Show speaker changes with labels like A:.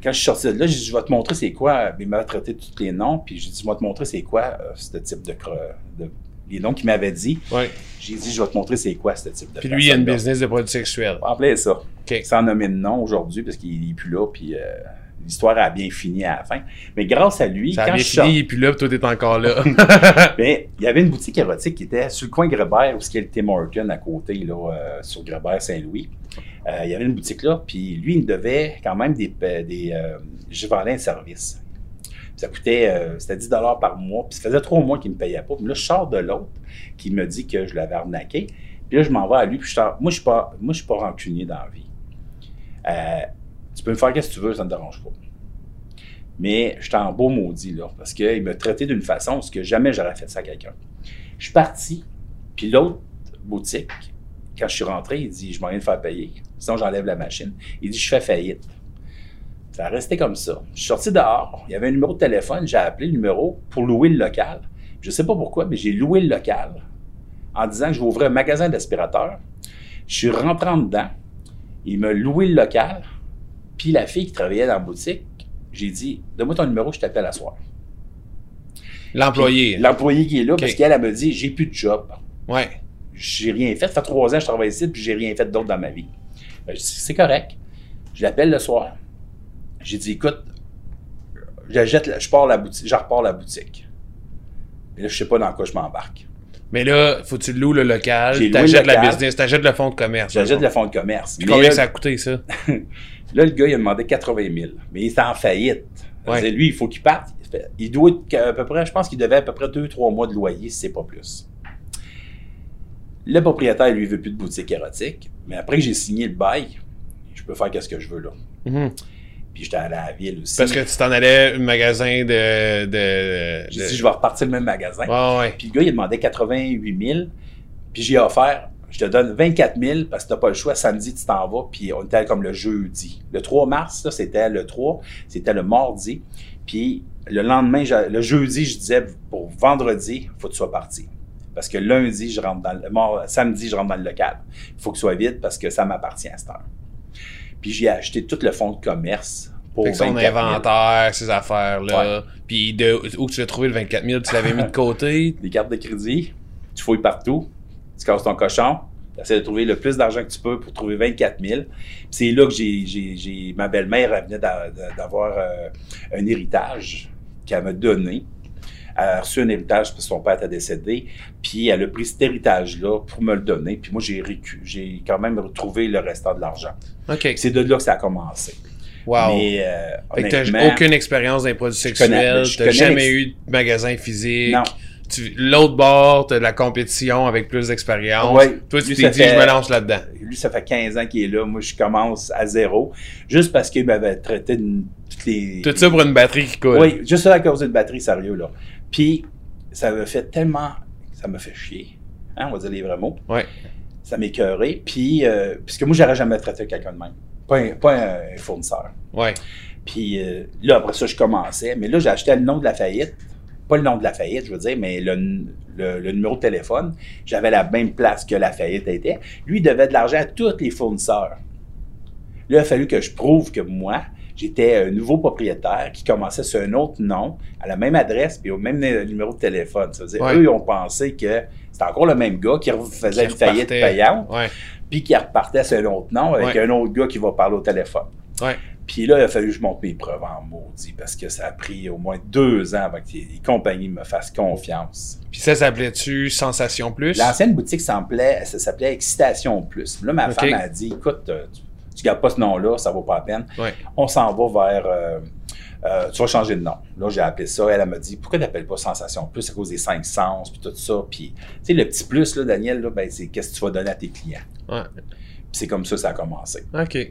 A: Quand je suis sorti de là, j'ai dit, je vais te montrer c'est quoi. euh, Il m'avait traité de tous les noms, puis j'ai dit, je vais te montrer c'est quoi euh, ce type de, cre- de- Les noms qu'il m'avait dit.
B: Ouais.
A: J'ai dit, je vais te montrer c'est quoi ce type de
B: Puis lui, il a une
A: personne-là.
B: business de produits sexuels.
A: En plein ça.
B: OK.
A: Sans nommer de nom aujourd'hui, parce qu'il n'est plus là, puis euh, l'histoire a bien fini à la fin. Mais grâce à lui,
B: Ça a
A: quand
B: bien
A: je
B: fini, et puis là, toi, t'es encore là.
A: sors- ben, il y avait une boutique érotique qui était sur le coin Grébert, où c'était le Tim Horton à côté, là, euh, sur Grébert-Saint-Louis. Euh, il y avait une boutique là, puis lui, il me devait quand même des, pa- des euh, Givalin de service. Ça coûtait, euh, c'était 10 par mois, puis ça faisait trois mois qu'il ne me payait pas. Puis là, je sors de l'autre qui me dit que je l'avais arnaqué. Puis là, je m'en vais à lui, puis je t'en- moi, je suis pas, moi, je suis pas rancunier dans la vie. Euh, tu peux me faire qu'est-ce que tu veux, ça ne me dérange pas. Mais j'étais en beau maudit, là, parce qu'il me traitait d'une façon parce que jamais j'aurais fait ça à quelqu'un. Je suis parti, puis l'autre boutique, quand je suis rentré, il dit Je m'en viens de faire payer, sinon j'enlève la machine. Il dit Je fais faillite. Ça a resté comme ça. Je suis sorti dehors, il y avait un numéro de téléphone, j'ai appelé le numéro pour louer le local. Je ne sais pas pourquoi, mais j'ai loué le local en disant que je vais ouvrir un magasin d'aspirateurs. Je suis rentré en dedans, il m'a loué le local, puis la fille qui travaillait dans la boutique, j'ai dit Donne-moi ton numéro, je t'appelle à soir.
B: L'employé. hein.
A: L'employé qui est là,
B: OK.
A: parce qu'elle, elle me dit J'ai plus de job.
B: Ouais.
A: J'ai rien fait. Ça fait trois ans que je travaille ici, puis j'ai rien fait d'autre dans ma vie. Ben, je dis C'est correct. Je l'appelle le soir. J'ai dit Écoute, je, jette la- je, pars la boutique, je repars la boutique. Et là, je sais pas dans quoi je m'embarque.
B: Mais là, faut que tu loues le local,
A: J'ai loué
B: t'achètes
A: le
B: la
A: local.
B: business, t'achètes le fonds de commerce.
A: J'achète
B: dans
A: le
B: le fond.
A: fonds de commerce.
B: Puis
A: Mais
B: combien
A: là-
B: ça a coûté, ça?
A: Là, le gars, il a demandé 80 000, mais il était en faillite. Il
B: Ouais.
A: disait, lui, il faut qu'il parte. Il fait- Il doit être à peu près, je pense qu'il devait à peu près 2-3 mois de loyer, si c'est pas plus. Le propriétaire, lui, veut plus de boutique érotique, mais après que j'ai signé le bail, je peux faire qu'est-ce que je veux là.
B: Mhm.
A: Puis j'étais allé à la ville aussi.
B: Parce que tu t'en allais au magasin de. de,
A: j'ai
B: de-
A: dit, je vais repartir le même magasin.
B: Ouais, ouais.
A: Puis le gars, il a demandé 88 000, puis j'ai offert, je te donne 24 000 parce que t'as pas le choix, samedi, tu t'en vas, puis on était comme le jeudi. Le 3 mars, là, c'était le 3, c'était le mardi, puis le lendemain, j'a- le jeudi, je disais, pour vendredi, faut que tu sois parti. Parce que lundi, je rentre dans le, mor- samedi, je rentre dans le local. Il faut que tu sois vite parce que ça m'appartient à cette heure. Puis j'ai acheté tout le fonds de commerce pour
B: Fait que son
A: 24 000.
B: inventaire, ces affaires-là. Puis de, où tu l'as trouvé le 24 000, tu l'avais mis de côté.
A: des cartes de crédit, tu fouilles partout, tu casses ton cochon, tu essaies de trouver le plus d'argent que tu peux pour trouver 24 000. Puis c'est là que j'ai, j'ai- j'ai- ma belle-mère elle venait d'a- d'a- d'avoir euh, un héritage qu'elle m'a donné. Elle a reçu un héritage parce que son père était décédé, puis elle a pris cet héritage-là pour me le donner. Puis moi, j'ai, récu- j'ai quand même retrouvé le restant de l'argent.
B: OK.
A: C'est de là que ça a commencé.
B: Wow.
A: Mais euh,
B: Fait que t'as
A: honnêtement,
B: aucune expérience dans les produits
A: connais-
B: sexuels,
A: je
B: t'as
A: connais
B: jamais
A: l'ex-
B: eu de magasin physique.
A: Non.
B: Tu- L'autre bord, t'as de la compétition avec plus d'expérience.
A: Ouais.
B: Toi, tu
A: Lui,
B: t'es
A: ça
B: dit,
A: fait-
B: je me lance là-dedans.
A: Lui, ça fait 15 ans qu'il est là. Moi, je commence à zéro. Juste parce qu'il m'avait traité de toutes les.
B: Tout ça pour une batterie qui coule.
A: Oui, juste à cause d'une batterie, sérieux, là. Puis, ça me fait tellement. Ça me fait chier. Hein, on va dire les vrais mots.
B: Ouais.
A: Ça m'écœurait. Puis, euh, puisque moi, j'aurais jamais traité quelqu'un de même. Pas un, pas un fournisseur.
B: Ouais.
A: Puis, euh, là, après ça, je commençais. Mais là, j'ai acheté le nom de la faillite. Pas le nom de la faillite, je veux dire, mais le, n- le- le numéro de téléphone. J'avais la même place que la faillite était. Lui, il devait de l'argent à tous les fournisseurs. Là, il a fallu que je prouve que moi, j'étais un nouveau propriétaire qui commençait sur un autre nom, à la même adresse, puis au même né- numéro de téléphone. Ça veut dire,
B: Ouais.
A: eux, ils ont pensé que c'était encore le même gars qui faisait
B: Qui
A: une faillite
B: repartait.
A: payante,
B: Ouais.
A: puis qui repartait sur un autre nom avec
B: Ouais.
A: un autre gars qui va parler au téléphone.
B: Ouais.
A: Puis là, il a fallu que je monte mes preuves en maudit parce que ça a pris au moins deux ans avant que les les compagnies me fassent confiance.
B: Puis ça s'appelait-tu Sensation Plus?
A: L'ancienne boutique s'appelait, ça s'appelait Excitation Plus. Là, ma
B: Ok.
A: femme a dit écoute, euh, tu, tu gardes pas ce nom-là, ça vaut pas la peine.
B: Ouais.
A: On s'en va vers. euh, euh, tu vas changer de nom. Là, j'ai appelé ça. Elle, elle m'a dit pourquoi tu n'appelles pas Sensation Plus à cause des cinq sens, puis tout ça. Puis, tu sais, le petit plus, là, Daniel, là, ben, c'est qu'est-ce que tu vas donner à tes clients.
B: Ouais.
A: Puis c'est comme ça que ça a commencé.
B: OK.